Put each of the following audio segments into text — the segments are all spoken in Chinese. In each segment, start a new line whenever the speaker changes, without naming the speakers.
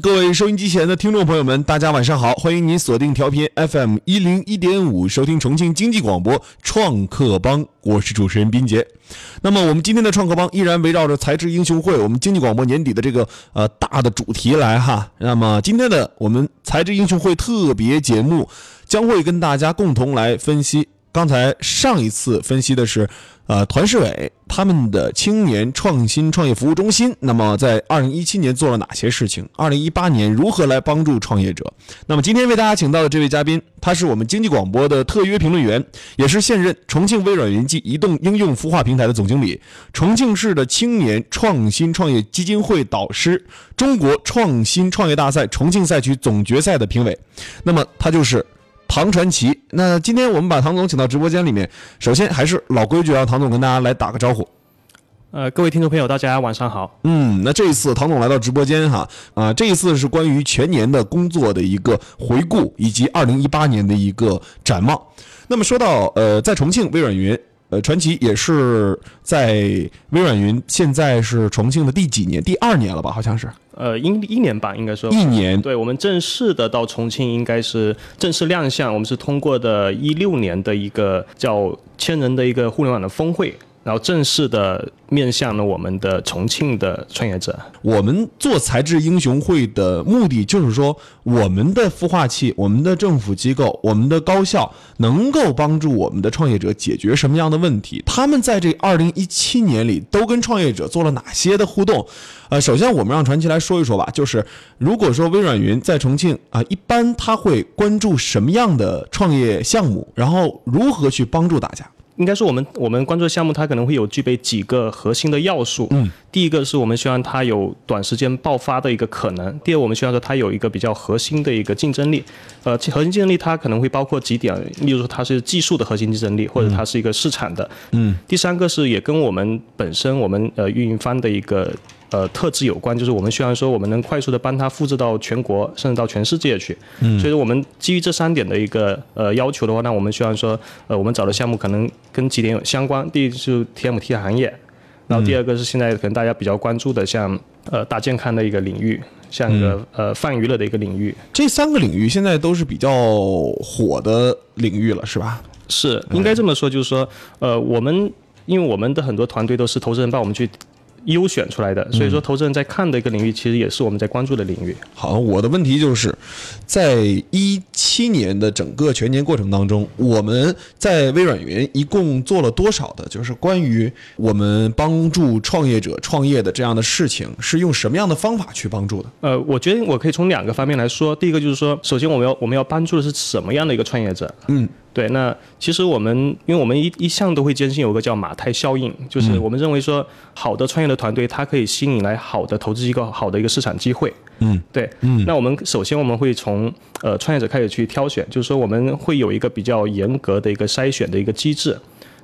各位收音机前的听众朋友们，大家晚上好！欢迎您锁定调频 FM 一零一点五，收听重庆经济广播《创客帮》，我是主持人斌杰。那么我们今天的《创客帮》依然围绕着才智英雄会，我们经济广播年底的这个呃大的主题来哈。那么今天的我们才智英雄会特别节目，将会跟大家共同来分析刚才上一次分析的是，呃，团市委他们的青年创新创业服务中心，那么在二零一七年做了哪些事情？二零一八年如何来帮助创业者？那么今天为大家请到的这位嘉宾，他是我们经济广播的特约评论员，也是现任重庆微软云计移动应用孵化平台的总经理，重庆市的青年创新创业基金会导师，中国创新创业大赛重庆赛区总决赛的评委。那么他就是唐传奇。那今天我们把唐总请到直播间里面，首先还是老规矩，啊让唐总跟大家来打个招呼。
呃，各位听众朋友，大家晚上好。
嗯，那这一次唐总来到直播间哈，啊、这一次是关于全年的工作的一个回顾，以及二零一八年的一个展望。那么说到呃，在重庆微软云。呃，传奇也是在微软云，现在是重庆的第几年？第二年了吧？好像是
呃，一一年吧，应该说
一年。
对我们正式的到重庆，应该是正式亮相，我们是通过的一六年的一个叫千人的一个互联网的峰会，然后正式的面向了我们的重庆的创业者。
我们做才智英雄会的目的就是说，我们的孵化器、我们的政府机构、我们的高校能够帮助我们的创业者解决什么样的问题？他们在这二零一七年里都跟创业者做了哪些的互动？呃，首先我们让传奇来说一说吧，就是如果说微软云在重庆啊、一般他会关注什么样的创业项目，然后如何去帮助大家？
应该说，我们我们关注的项目，它可能会有具备几个核心的要素。嗯，第一个是我们希望它有短时间爆发的一个可能；第二，我们希望说它有一个比较核心的一个竞争力。呃，其核心竞争力它可能会包括几点，例如说它是技术的核心竞争力，或者它是一个市场的。嗯。第三个是也跟我们本身我们呃运营方的一个呃特质有关，就是我们希望说我们能快速的帮它复制到全国，甚至到全世界去。嗯，所以说我们基于这三点的一个呃要求的话，那我们希望说，呃，我们找的项目可能跟几点有相关，第一是 TMT 行业，然后第二个是现在可能大家比较关注的像呃大健康的一个领域，像一个、呃泛娱乐的一个领域。
这三个领域现在都是比较火的领域了，是吧？
是，应该这么说，就是说，呃，我们因为我们的很多团队都是投资人帮我们去优选出来的，所以说投资人在看的一个领域，其实也是我们在关注的领域。
好，我的问题就是，在一七年的整个全年过程当中，我们在微软云一共做了多少的，就是关于我们帮助创业者创业的这样的事情，是用什么样的方法去帮助的？
呃，我觉得我可以从两个方面来说，第一个就是说，首先我们要我们要帮助的是什么样的一个创业者？
嗯，
对，那其实我们，因为我们一一向都会坚信有个叫马太效应，就是
嗯
我们认为说，好的创业的团队，它可以吸引来好的投资机构、好的一个市场机会。
嗯，
对，嗯，那我们首先我们会从呃创业者开始去挑选，就是说我们会有一个比较严格的一个筛选的一个机制。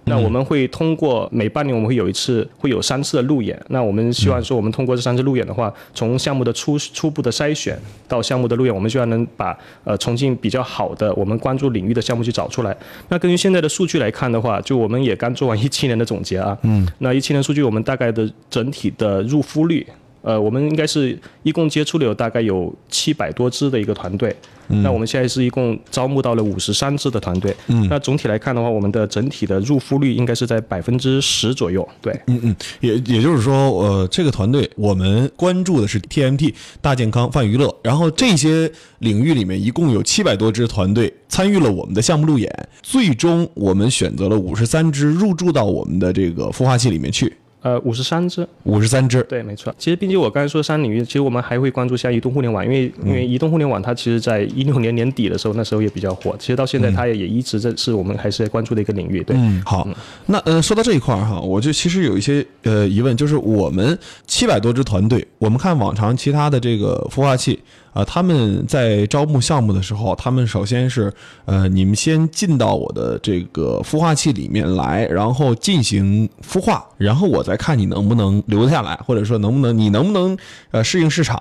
那我们会通过每半年我们会有一次，会有三次的路演。那我们希望说，我们通过这三次路演的话，从项目的初初步的筛选到项目的路演，我们希望能把呃重庆比较好的我们关注领域的项目去找出来。那根据现在的数据来看的话，就我们也刚做完一七年的总结啊，嗯，那一七年数据我们大概的整体的入孵率。呃，我们应该是一共接触了有大概有七百多支的一个团队，
嗯
那我们现在是一共招募到了五十三支的团队，
嗯
那总体来看的话，我们的整体的入孵率应该是在百分之十左右，对，
嗯嗯，也也就是说，呃，这个团队我们关注的是 TMT 大健康、泛娱乐，然后这些领域里面一共有七百多支团队参与了我们的项目路演，最终我们选择了五十三支入驻到我们的这个孵化器里面去，
呃，五十三支，
五十三支。
对，没错。其实，并且我刚才说三领域，其实我们还会关注像移动互联网，因为
嗯
因为移动互联网它其实在一六年年底的时候，那时候也比较火。其实到现在，它也也一直在是我们还是在关注的一个领域。对，
嗯，好，那呃，说到这一块儿哈，我就其实有一些呃疑问，就是我们七百多支团队，我们看往常其他的这个孵化器啊、呃他们在招募项目的时候，他们首先是呃，你们先进到我的这个孵化器里面来，然后进行孵化，然后我再看你能不能留下来，或者说能不能你能不能呃适应市场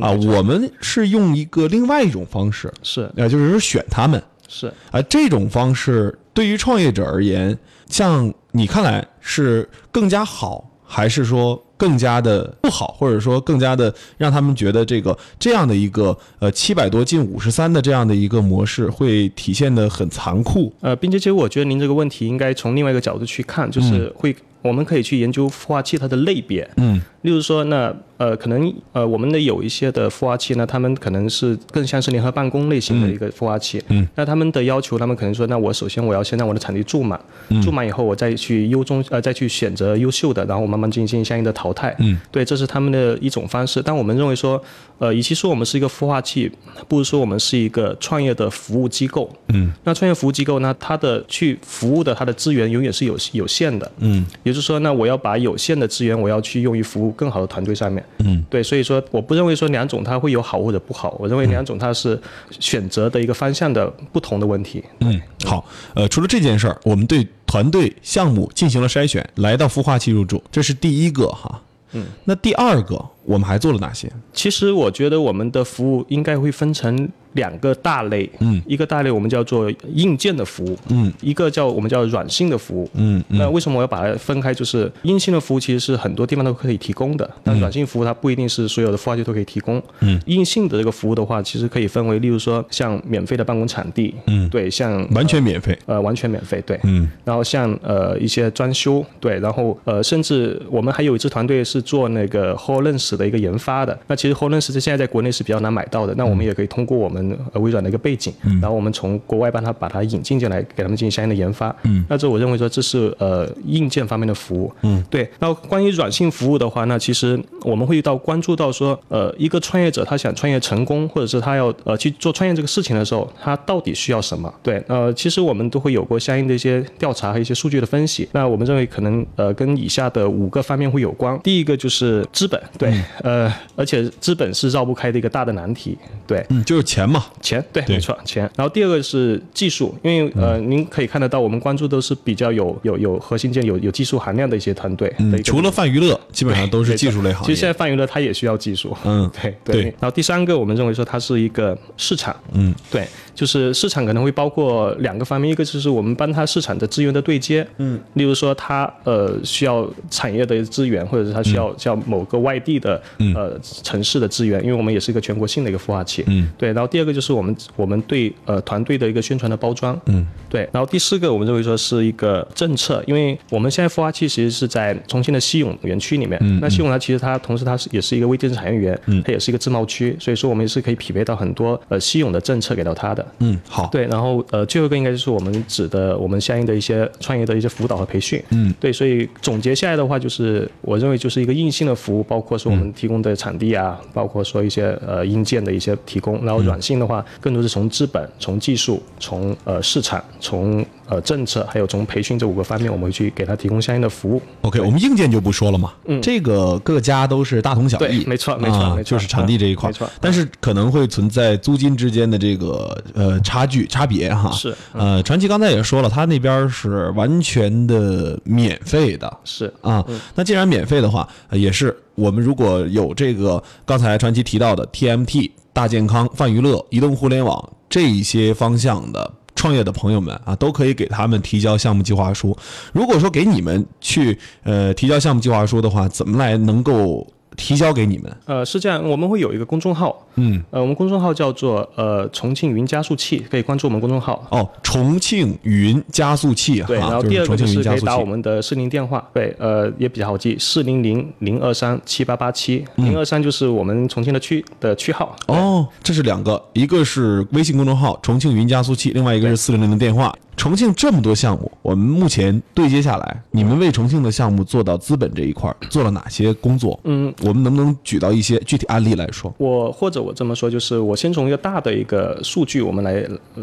啊、我们是用一个另外一种方式，
是
呃，就是说选他们。
是。
啊，这种方式对于创业者而言，像你看来是更加好，还是说更加的不好，或者说更加的让他们觉得这个这样的一个呃七百多进五十三的这样的一个模式会体现的很残酷。
呃，并且其实我觉得您这个问题应该从另外一个角度去看，就是会、我们可以去研究孵化器它的类别，
嗯，
例如说那呃可能呃我们的有一些的孵化器呢，他们可能是更像是联合办公类型的一个孵化器，
嗯，
那他们的要求，他们可能说，那我首先我要先让我的产地住满，
嗯
住满以后我再去优中呃再去选择优秀的，然后我慢慢进行相应的淘汰，
嗯，
对，这是他们的一种方式。但我们认为说，呃，与其说我们是一个孵化器，不如说我们是一个创业的服务机构，
嗯，
那创业服务机构呢，它的去服务的它的资源永远是有有限的，
嗯
也就是说，那我要把有限的资源，我要去用于服务更好的团队上面。
嗯，
对，所以说我不认为说两种它会有好或者不好，我认为两种它是选择的一个方向的不同的问题。
嗯，好，呃，除了这件事儿，我们对团队项目进行了筛选，来到孵化器入驻，这是第一个哈。嗯，那第二个我们还做了哪些？
其实我觉得我们的服务应该会分成两个大类，
嗯，
一个大类我们叫做硬件的服务，
嗯，
一个叫我们叫软性的服务。
嗯
那为什么我要把它分开？就是硬性的服务其实是很多地方都可以提供的，但软性服务它不一定是所有的孵化器都可以提供。
嗯，
硬性的这个服务的话，其实可以分为，例如说像免费的办公场地，
嗯
对，像
完全免费。
呃完全免费，对，
嗯
然后像呃一些装修，对，然后呃甚至我们还有一支团队是做那个 Hololens 的一个研发的。那其实 Hololens 现在在国内是比较难买到
嗯
的，那我们也可以通过我们呃微软的一个背景，然后我们从国外帮他把它引进进来，给他们进行相应的研发。
嗯，
那这我认为说这是呃硬件方面的服务。
嗯，
对。那关于软性服务的话，啊那其实我们会到关注到说，呃，一个创业者他想创业成功，或者是他要呃去做创业这个事情的时候，他到底需要什么？对，呃，其实我们都会有过相应的一些调查和一些数据的分析。那我们认为可能呃跟以下的五个方面会有关。第一个就是资本，对，呃，而且资本是绕不开的一个大的难题，对。
嗯，就是钱嘛。
钱对，没错，钱。然后第二个是技术，因为呃，您可以看得到，我们关注都是比较有有有核心件、有有技术含量的一些团队的一个。
除了泛娱乐，基本上都是技术类行业。
其实现在泛娱乐它也需要技术。
嗯
对
对
对，然后第三个，我们认为说它是一个市场，
嗯，
对，就是市场可能会包括两个方面，一个就是我们帮它市场的资源的对接，嗯，例如说它呃需要产业的资源，或者是它需要
嗯
需要某个外地的、呃城市的资源，因为我们也是一个全国性的一个孵化器，
嗯，
对，然后第二个就是我们我们对呃团队的一个宣传的包装，
嗯，
对，然后第四个我们认为说是一个政策，因为我们现在孵化器其实是在重庆的西永园区里面，那西永它其实它同时它是也是一个微电子产业园，它也是一个自贸区，所以说我们也是可以匹配到很多呃西永的政策给到它的。
嗯，好。
对，然后呃，最后一个应该就是我们指的我们相应的一些创业的一些辅导和培训。
嗯，
对，所以总结下来的话，就是我认为就是一个硬性的服务，包括说我
嗯
们提供的场地啊，包括说一些呃硬件的一些提供，
嗯
然后软性的话，更多是从资本、从技术、从呃市场、从呃政策，还有从培训这五个方面，我们会去给它提供相应的服务。
OK，我们硬件就不说了嘛，这个各家都是大同小异，
嗯对没错没错
啊
没错
就是场地这一块，
嗯没错
但是可能会存在租金之间的这个呃差距差别哈，
是
呃，传奇刚才也说了，他那边是完全的免费的，
是，
啊。那既然免费的话，呃也是我们如果有这个刚才传奇提到的 TMT、大健康、泛娱乐、移动互联网这一些方向的。创业的朋友们啊，都可以给他们提交项目计划书。如果说给你们去呃提交项目计划书的话，怎么来能够提交给你们？
呃，是这样，我们会有一个公众号，
嗯，
呃，我们公众号叫做呃重庆云加速器，可以关注我们公众号。
哦，重庆云加速器 哈，
对，然后
就
第二个
重
就
庆云
是
加
可以
速
打我
器。
们的适龄电话，对，呃，也比较好记，四零零零二三七八八七，
嗯
零二三就是我们重庆的区的区号。
哦，这是两个，一个是微信公众号“重庆云加速器”，另外一个是四零零的电话。重庆这么多项目，我们目前对接下来，你们为重庆的项目做到资本这一块儿做了哪些工作？嗯，我们能不能举到一些具体案例来说？
我或者我这么说，就是我先从一个大的一个数据，我们来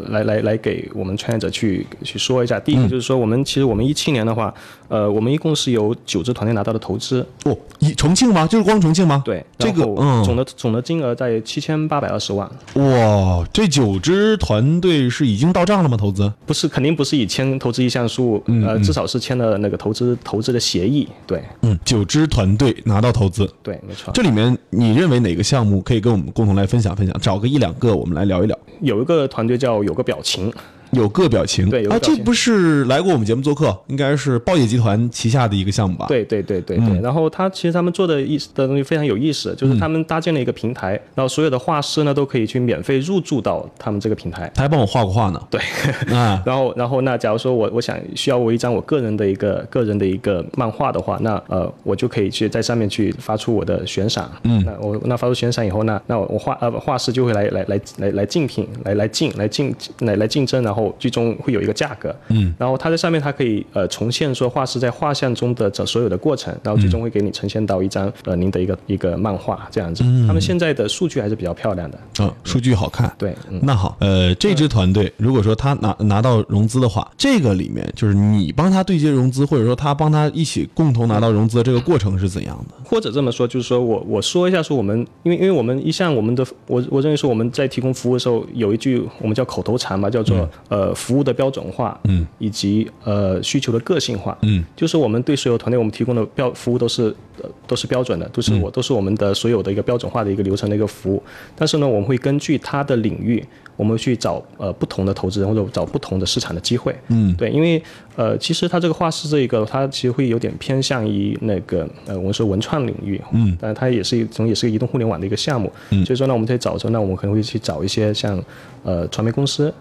来来来给我们创业者去去说一下。
嗯
第一个就是说，我们其实我们一七年的话，呃，我们一共是有九支团队拿到的投资，
哦，以重庆吗？就是光重庆吗？
对，
这个
然后
嗯，
总的总的金额在七千八百二十万，
哇，这九支团队是已经到账了吗？投资？
不是，肯定不是以签投资意向书，呃，至少是签了那个投资投资的协议，对
嗯，九支团队拿到投资，
对，没错。
这里面你认为哪个项目可以跟我们共同来分享分享？找个一两个，我们来聊一聊。
有一个团队叫有个表情，
有个表情，
对有个
啊，
表情
这不是来过我们节目做客，应该是报业集团旗下的一个项目吧？，
对对对对对。然后他其实他们做的意思的东西非常有意思，就是他们搭建了一个平台，然后所有的画师呢都可以去免费入驻到他们这个平台。
他还帮我画过画呢。
对，
啊，
然后，然后，那假如说我我想需要我一张我个人的一个个人的一个漫画的话，那呃，我就可以去在上面去发出我的悬赏。嗯，那我那发出悬赏以后，那那我我画呃画师就会来来来来来竞品，来来竞来竞来来竞争，然后最终会有一个价格。嗯，然后他在上面他可以呃重现说画师在画像中的这所有的过程，然后最终会给你呈现到一张呃您的一个一个漫画这样子。他们现在的数据还是比较漂亮的。
嗯，数据好看。
对，嗯。
那好，呃，这支团队如果说他拿拿到融资的话，这个里面就是你帮他对接融资，或者说他帮他一起共同拿到融资的这个过程是怎样的？
或者这么说，就是说我我说一下，说我们，因为因为我们一向我们的我我认为说我们在提供服务的时候，有一句我们叫口头禅嘛，叫做、呃服务的标准化，嗯，以及呃需求的个性化，
嗯，
就是我们对所有团队我们提供的标服务都是、呃、都是标准的，都是我、都是我们的所有的一个标准化的一个流程的一个服务，但是呢，我们会根据它的领域。我们去找呃不同的投资人或者找不同的市场的机会，嗯，对，因为呃，其实它这个画室这一个，它其实会有点偏向于那个呃，我们说文创领域，嗯，但它也是一种也是一个移动互联网的一个项目，嗯，所以说呢，我们在找的时候，那我们可能会去找一些像呃传媒公司，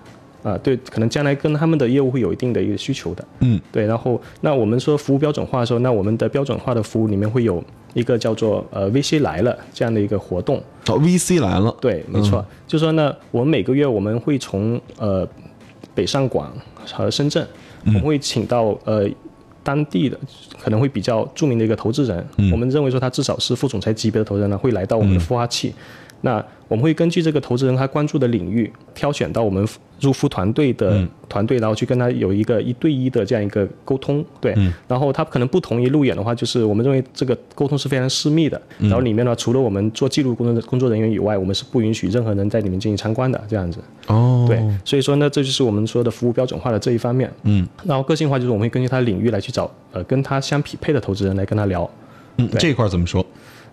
啊、对，可能将来跟他们的业务会有一定的一个需求的，
嗯，
对，然后那我们说服务标准化的时候，那我们的标准化的服务里面会有一个叫做呃 VC 来了这样的一个活动，
找 VC 哦来了，
对，没错，就说呢，我们每个月我们会从呃北上广和深圳，我们会请到呃当地的可能会比较著名的一个投资人，我们认为说他至少是副总裁级别的投资人呢，会来到我们的孵化器。那我们会根据这个投资人他关注的领域，挑选到我们入孵团队的团队，然后去跟他有一个一对一的这样一个沟通，对。然后他可能不同意路演的话，就是我们认为这个沟通是非常私密的。然后里面呢，除了我们做记录工作的工作人员以外，我们是不允许任何人在里面进行参观的，这样子。
哦
对，所以说呢，这就是我们说的服务标准化的这一方面。嗯，然后个性化就是我们会根据他的领域来去找呃跟他相匹配的投资人来跟他聊。
嗯，这一块怎么说？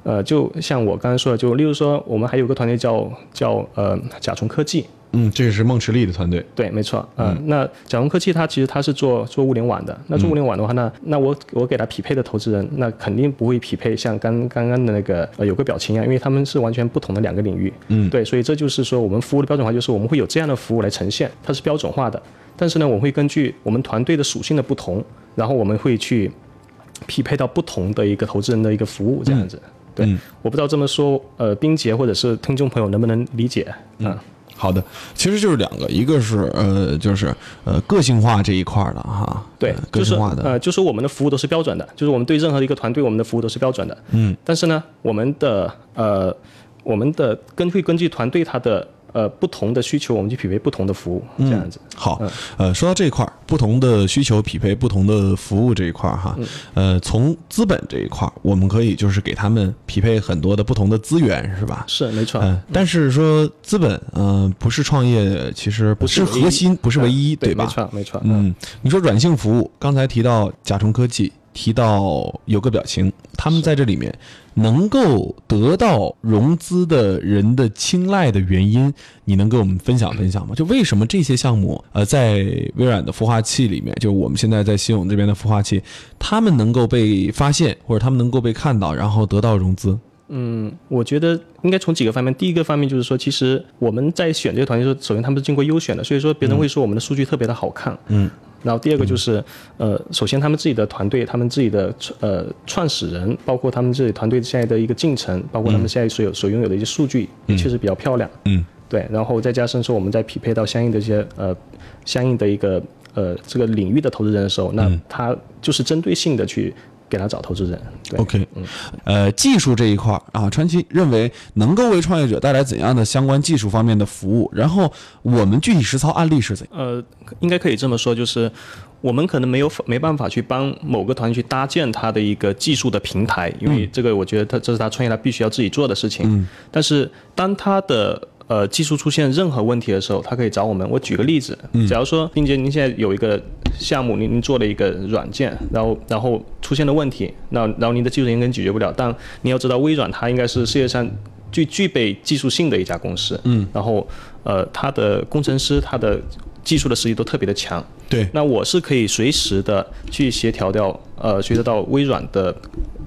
呃，就像我刚才说的，就例如说我们还有个团队叫叫呃甲虫科技，
嗯，这是孟驰力的团队，
对，没错，嗯，那甲龙科技它其实它是做做物联网的，那做物联网的话，那那我我给它匹配的投资人，那肯定不会匹配像刚刚刚的那个呃有个表情一样，因为他们是完全不同的两个领域，嗯，对，所以这就是说我们服务的标准化就是我们会有这样的服务来呈现，它是标准化的，但是呢，我们会根据我们团队的属性的不同，然后我们会去匹配到不同的一个投资人的一个服务这样子，对，我不知道这么说，呃，冰姐或者是听众朋友能不能理解，嗯
好的，其实就是两个，一个是呃，就是呃个性化这一块儿的哈，
对
呃，个
就是
性化的，
呃，就是我们的服务都是标准的，就是我们对任何一个团队，我们的服务都是标准的。嗯，但是呢，我们的呃，我们的根据根据团队它的呃不同的需求，我们去匹配不同的服务，
嗯
这样子。
好，呃，说到这一块儿，不同的需求匹配不同的服务这一块儿哈，呃，从资本这一块儿，我们可以就是给他们匹配很多的不同的资源，是吧？
是没错，
嗯，但是说资本，嗯，不是创业，其实不是
不是唯一
核心，不是唯呃一，
对
吧
没？错，没错。
嗯，你说软性服务，刚才提到甲虫科技，提到有个表情，他们在这里面能够得到融资的人的青睐的原因，你能给我们分享分享吗？就为什么这些项目，呃，在微软的孵化器里面，就我们现在在新永这边的孵化器，他们能够被发现，或者他们能够被看到，然后得到融资？
我觉得应该从几个方面，第一个方面就是说，其实我们在选这个团队的时候，首先他们是经过优选的，所以说别人会说我们的数据特别的好看。嗯。然后第二个就是，呃，首先他们自己的团队，他们自己的呃创始人，包括他们自己团队现在的一个进程，包括他们现在所有所拥有的一些数据，也确实比较漂亮。
嗯，
对，然后再加上说我们在匹配到相应的一些呃相应的一个呃这个领域的投资人的时候，那他就是针对性的去给他找投资人。对。嗯
OK，呃，技术这一块儿啊，传奇认为能够为创业者带来怎样的相关技术方面的服务？然后我们具体实操案例是怎样？
呃，应该可以这么说，就是我们可能没有没办法去帮某个团队去搭建它的一个技术的平台，因为这个我觉得他这是他创业他必须要自己做的事情。嗯、但是当他的呃技术出现任何问题的时候，他可以找我们。我举个例子，假如说冰姐您现在有一个项目，您您做了一个软件，然后然后出现了问题，那然后您的技术人员解决不了，但你要知道微软它应该是世界上。最具备技术性的一家公司，嗯，然后呃，它的工程师、它的技术的实力都特别的强。
对，
那我是可以随时的去协调掉，呃，协调到微软的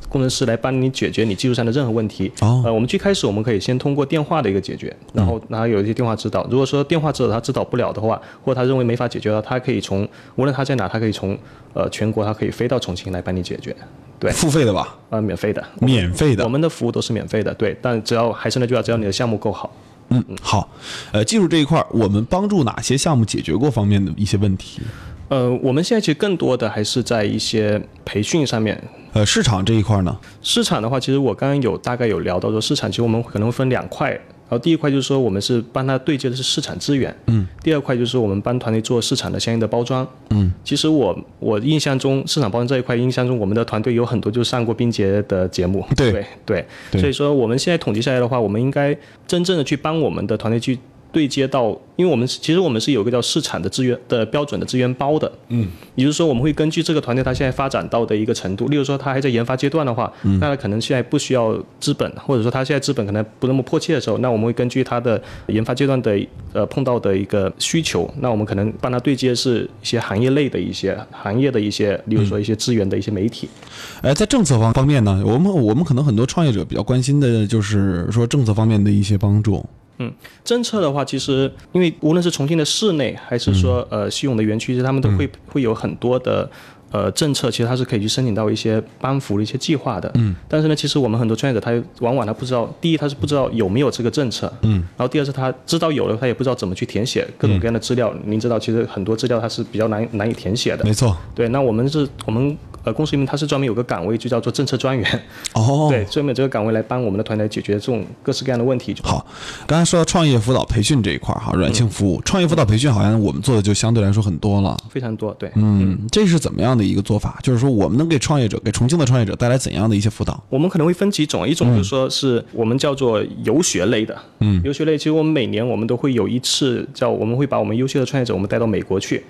工程师来帮你解决你技术上的任何问题。
哦嗯
呃，我们最开始我们可以先通过电话的一个解决，然后然后有一些电话指导。如果说电话指导他指导不了的话，或者他认为没法解决的话，他可以从无论他在哪，他可以从呃全国，他可以飞到重庆来帮你解决。对，
付费的吧，
呃，免费的，
免费的
我。们的服务都是免费的，对。但只要还是那句话，只要你的项目够好，
嗯，好，呃，技术这一块儿，我们帮助哪些项目解决过方面的一些问题？
呃，我们现在其实更多的还是在一些培训上面，
呃，市场这一块儿呢？
市场的话，其实我刚刚有大概有聊到说，市场其实我们可能分两块。然后第一块就是说，我们是帮他对接的是市场资源，嗯。第二块就是我们帮团队做市场的相应的包装，嗯。其实我我印象中市场包装这一块，印象中我们的团队有很多就上过冰杰的节目，
对
对对
对
所以说我们现在统计下来的话，我们应该真正的去帮我们的团队去对接到，因为我们是其实我们是有一个叫市场的资源的标准的资源包的，也就是说，我们会根据这个团队它现在发展到的一个程度，例如说它还在研发阶段的话，那它可能现在不需要资本，或者说它现在资本可能不那么迫切的时候，那我们会根据它的研发阶段的呃碰到的一个需求，那我们可能帮它对接是一些行业类的一些行业的一些，例如说一些资源的一些媒体，
哎，在政策方方面呢，我们我们可能很多创业者比较关心的就是说政策方面的一些帮助。
政策的话，其实因为无论是重庆的市内，还是说呃西永的园区，其实他们都会、会有很多的。呃，政策其实它是可以去申请到一些帮扶的一些计划的，嗯，但是呢，其实我们很多创业者他往往他不知道，第一他是不知道有没有这个政策，嗯，然后第二是他知道有了，他也不知道怎么去填写各种各样的资料。您知道，其实很多资料它是比较难难以填写的，
没错，
对。那我们是我们呃公司里面它是专门有个岗位，就叫做政策专 员，
哦，
对，专门有这个岗位来帮我们的团队解决这种各式各样的问题。
好，刚才说到创业辅导培训这一块儿哈，软性服务、创业辅导培训好像我们做的就相对来说很多了。
非常多，对，
嗯，这是怎么样的一个做法？就是说我们能给创业者、给重庆的创业者带来怎样的一些辅导？
我们可能会分几种，一种就是说是我们叫做游学类的，嗯，游学类其实我们每年我们都会有一次叫我们会把我们优秀的创业者我们带到美国去，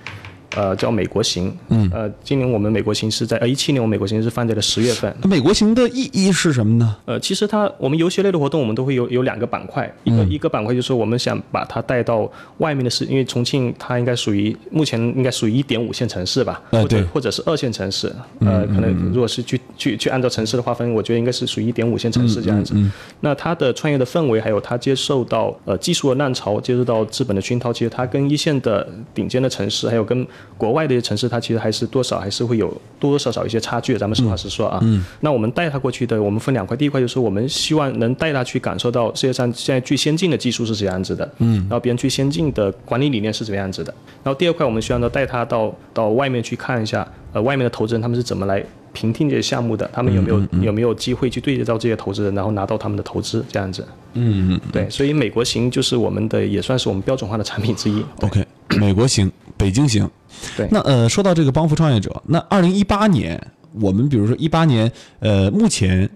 呃，叫美国行，嗯，呃，今年我们美国行是在呃一七年我们美国行是放在了十月份，
那美国行的意义是什么呢？
呃，其实它我们游学类的活动，我们都会有有两个板块，一个、一个板块就是我们想把它带到外面的市，因为重庆它应该属于目前应该属于一点五线城市吧，
呃
或者
对
或者是二线城市，呃，可能如果是去去去按照城市的划分，我觉得应该是属于一点五线城市这样子。那它的创业的氛围，还有它接受到呃技术的浪潮，接受到资本的熏陶，其实它跟一线的顶尖的城市，还有跟国外的一些城市，它其实还是多少还是会有多多少少有一些差距的。咱们实话实说啊，嗯，那我们带他过去的，我们分两块，第一块就是我们希望能带他去感受到世界上现在最先进的技术是怎样子的，嗯，然后别人最先进的管理理念是怎么样子的。然后第二块，我们希望呢带他到到外面去看一下，呃，外面的投资人他们是怎么来评定这些项目的，他们有没有、
嗯
有没有机会去对接到这些投资人，然后拿到他们的投资这样子。
嗯
对，所以美国行就是我们的也算是我们标准化的产品之一。
，OK，美 国行、北京行。
对
那呃，说到这个帮扶创业者，那二零一八年我们比如说一八年，呃，目前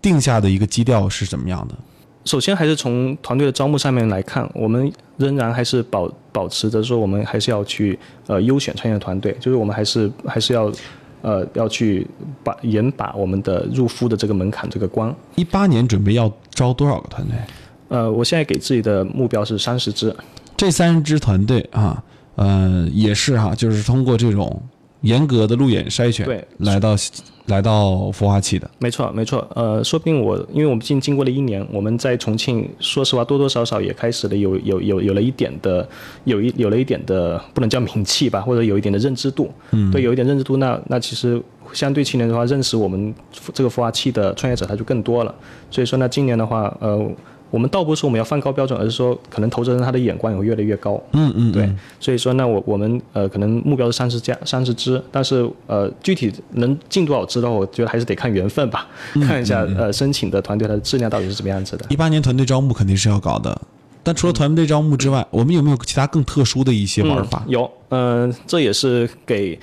定下的一个基调是怎么样的？
首先还是从团队的招募上面来看，我们仍然还是保保持着说，我们还是要去呃优选创业团队，就是我们还是还是要呃要去把严把我们的入孵的这个门槛这个关。
一八年准备要招多少个团队？
呃，我现在给自己的目标是三十支，
这三十支团队啊，呃，也是哈、就是通过这种严格的路演筛选，
对
来到来到孵化器的。
没错，没错。呃，说不定我，因为我们经经过了一年，我们在重庆，说实话，多多少少也开始了有有有有了一点的，有一有了一点的，不能叫名气吧，或者有一点的认知度。嗯，对，有一点认知度，那那其实相对去年的话，认识我们这个孵化器的创业者他就更多了。所以说呢，今年的话，呃，我们倒不是说我们要放高标准，而是说可能投资人他的眼光也会越来越高。
嗯嗯，
对，所以说呢，我我们呃可能目标是三十家三十只，但是呃具体能进多少只的话，我觉得还是得看缘分吧，
嗯
看一下呃申请的团队它的质量到底是怎么样子的。
一八年团队招募肯定是要搞的，但除了团队招募之外，我们有没有其他更特殊的一些玩法？
嗯、有，嗯、这也是给。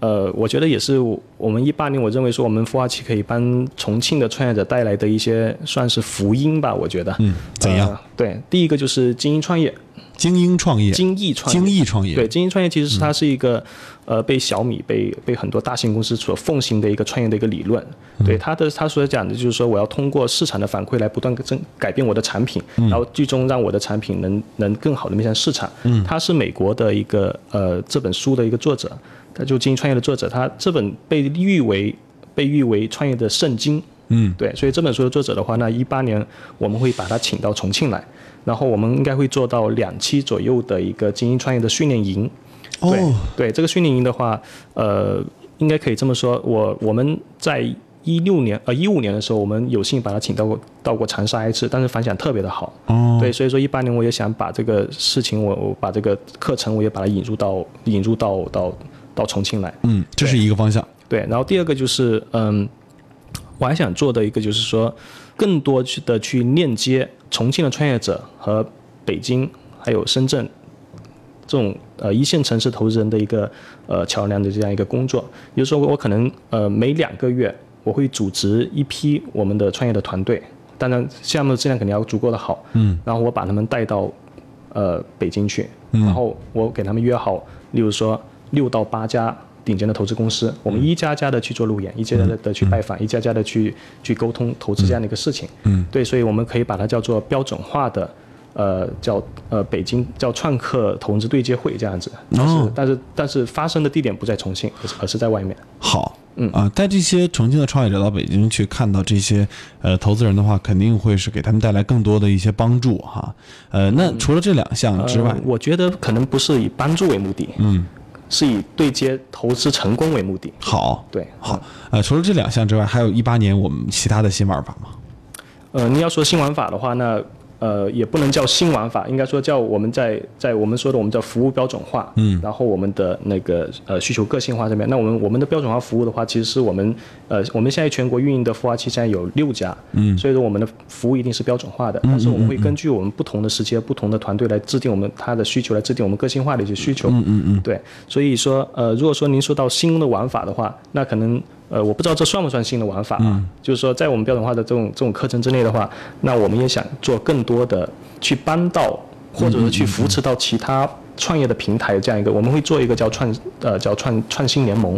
呃，我觉得也是我我们一八年，我认为说我们孵化器可以帮重庆的创业者带来的一些算是福音吧，我觉得。
嗯，怎样？
呃对，第一个就是精英创业，
精英创业，
精益创业。
精益创业，
对，精英创业其实是它是一个，呃，被小米、被被很多大型公司所奉行的一个创业的一个理论。
嗯
对它的，它所讲的就是说，我要通过市场的反馈来不断增改变我的产品，
嗯
然后最终让我的产品能能更好的面向市场。嗯，他是美国的一个呃这本书的一个作者，他就精英创业的作者，他这本被誉为被誉为创业的圣经。
嗯，
对，所以这本书的作者的话，那一八年我们会把他请到重庆来，然后我们应该会做到两期左右的一个精英创业的训练营。对、
哦，
对，这个训练营的话，呃，应该可以这么说，我我们在。一六年呃一五年的时候，我们有幸把他请到过到过长沙一次，但是反响特别的好。
哦，
对，所以说一八年我也想把这个事情我，我把这个课程我也把它引入到引入到到到重庆来。
嗯，这是一个方向，
对，然后第二个就是，嗯，我还想做的一个就是说，更多去的去链接重庆的创业者和北京还有深圳这种呃一线城市投资人的一个呃桥梁的这样一个工作。也就是说，我可能呃每两个月我会组织一批我们的创业的团队，当然项目的质量肯定要足够的好，嗯，然后我把他们带到呃北京去，然后我给他们约好，例如说六到八家顶尖的投资公司，我们一家家的去做路演，一家家的去拜访，一家家的去去沟通投资这样的一个事情。嗯，对，所以我们可以把它叫做标准化的。呃，叫呃北京叫创客投资对接会这样子，但是、
哦
但是但是发生的地点不在重庆，而是而是在外面。
好，
嗯
啊，带这些重庆的创业者到北京去看到这些呃投资人的话，肯定会是给他们带来更多的一些帮助哈。呃，那除了这两项之外
嗯呃，我觉得可能不是以帮助为目的，嗯，是以对接投资成功为目的。
好，
对，
好，呃，除了这两项之外，还有一八年我们其他的新玩法吗？
呃，你要说新玩法的话，那呃也不能叫新玩法，应该说叫我们在在我们说的我们叫服务标准化，嗯，然后我们的那个呃需求个性化这边，那我们我们的标准化服务的话，其实是我们呃我们现在全国运营的孵化器现在有六家，嗯，所以说我们的服务一定是标准化的，但是我们会根据我们不同的时期、不同的团队来制定我们它的需求，来制定我们个性化的一些需求，嗯嗯嗯，对，所以说呃如果说您说到新的玩法的话，那可能。呃，我不知道这算不算新的玩法啊？就是说，在我们标准化的这种这种课程之内的话，那我们也想做更多的去帮到，或者是去扶持到其他创业的平台这样一个，我们会做一个叫创呃叫创创新联盟。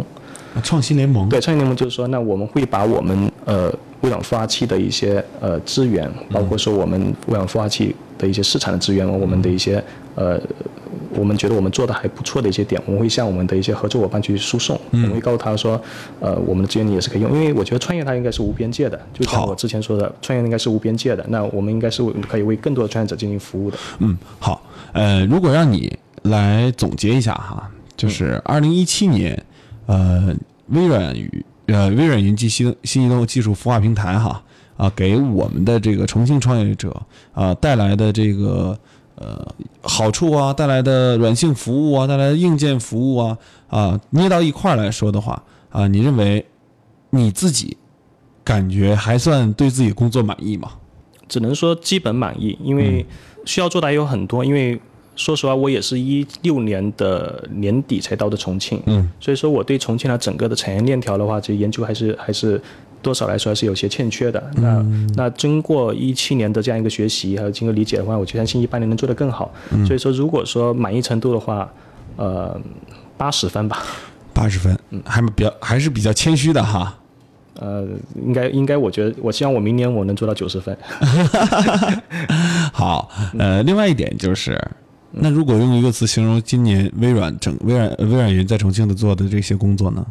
啊创新联盟，
对，创新联盟就是说，那我们会把我们呃微软孵化器的一些呃资源，包括说我们微软孵化器的一些市场的资源，我们的一些呃，我们觉得我们做的还不错的一些点，我们会向我们的一些合作伙伴去输送，我们会告诉他说，呃，我们的资源你也是可以用，因为我觉得创业它应该是无边界的，就像
好
我之前说的，创业应该是无边界的，那我们应该是为可以为更多的创业者进行服务的。
嗯，好，呃，如果让你来总结一下哈，就是二零一七年，呃，微软与呃微软云计新新移动技术孵化平台哈啊，给我们的这个重庆创业者啊带来的这个呃好处啊，带来的软性服务啊，带来的硬件服务啊啊捏到一块儿来说的话啊，你认为你自己感觉还算对自己工作满意吗？
只能说基本满意，因为需要做的还有很多。因为说实话，我也是一六年的年底才到的重庆，
嗯，
所以说我对重庆它整个的产业链条的话，其实研究还是还是多少来说还是有些欠缺的。那那经过一七年的这样一个学习，还有经过理解的话，我就相信一八年能做得更好。所以说，如果说满意程度的话，呃，八十分吧。
八十分，还比较还是比较谦虚的哈。
呃，应该应该，我觉得我希望我明年我能做到九十分。
好，呃，另外一点就是，那如果用一个词形容今年微软整微软呃微软云在重庆的做的这些工作呢？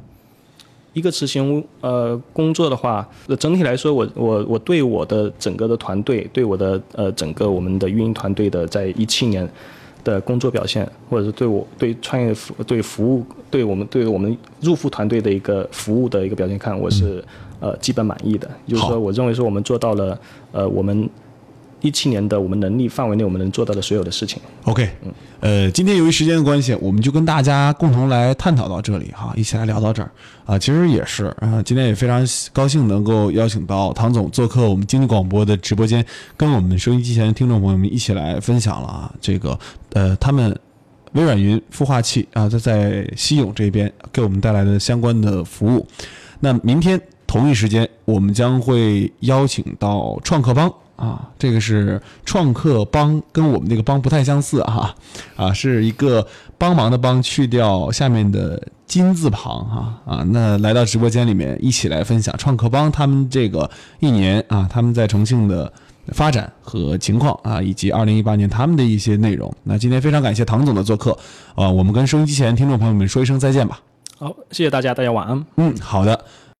一个执行呃工作的话，呃整体来说，我我我对我的整个的团队，对我的呃整个我们的运营团队的，在一七年的工作表现，或者是对我对创业服对服务对我们对我们入副团队的一个服务的一个表现看，我是呃基本满意的。也就是
好
说，我认为说我们做到了呃我们一七年的我们能力范围内我们能做到的所有的事情。
OK，呃，今天由于时间的关系，我们就跟大家共同来探讨到这里哈，一起来聊到这儿啊。其实也是啊，今天也非常高兴能够邀请到唐总做客我们经济广播的直播间，跟我们收音机前的听众朋友们一起来分享了啊，这个呃，他们微软云孵化器啊，在在西永这边给我们带来的相关的服务。那明天同一时间，我们将会邀请到创客帮啊，这个是创客帮，跟我们那个帮不太相似哈、啊，啊，是一个帮忙的帮，去掉下面的金字旁哈、啊，啊，那来到直播间里面一起来分享创客帮他们这个一年啊，他们在重庆的发展和情况啊，以及二零一八年他们的一些内容。那今天非常感谢唐总的做客，啊，我们跟收音机前听众朋友们说一声再见吧。
好，谢谢大家，大家晚安。
嗯，好的。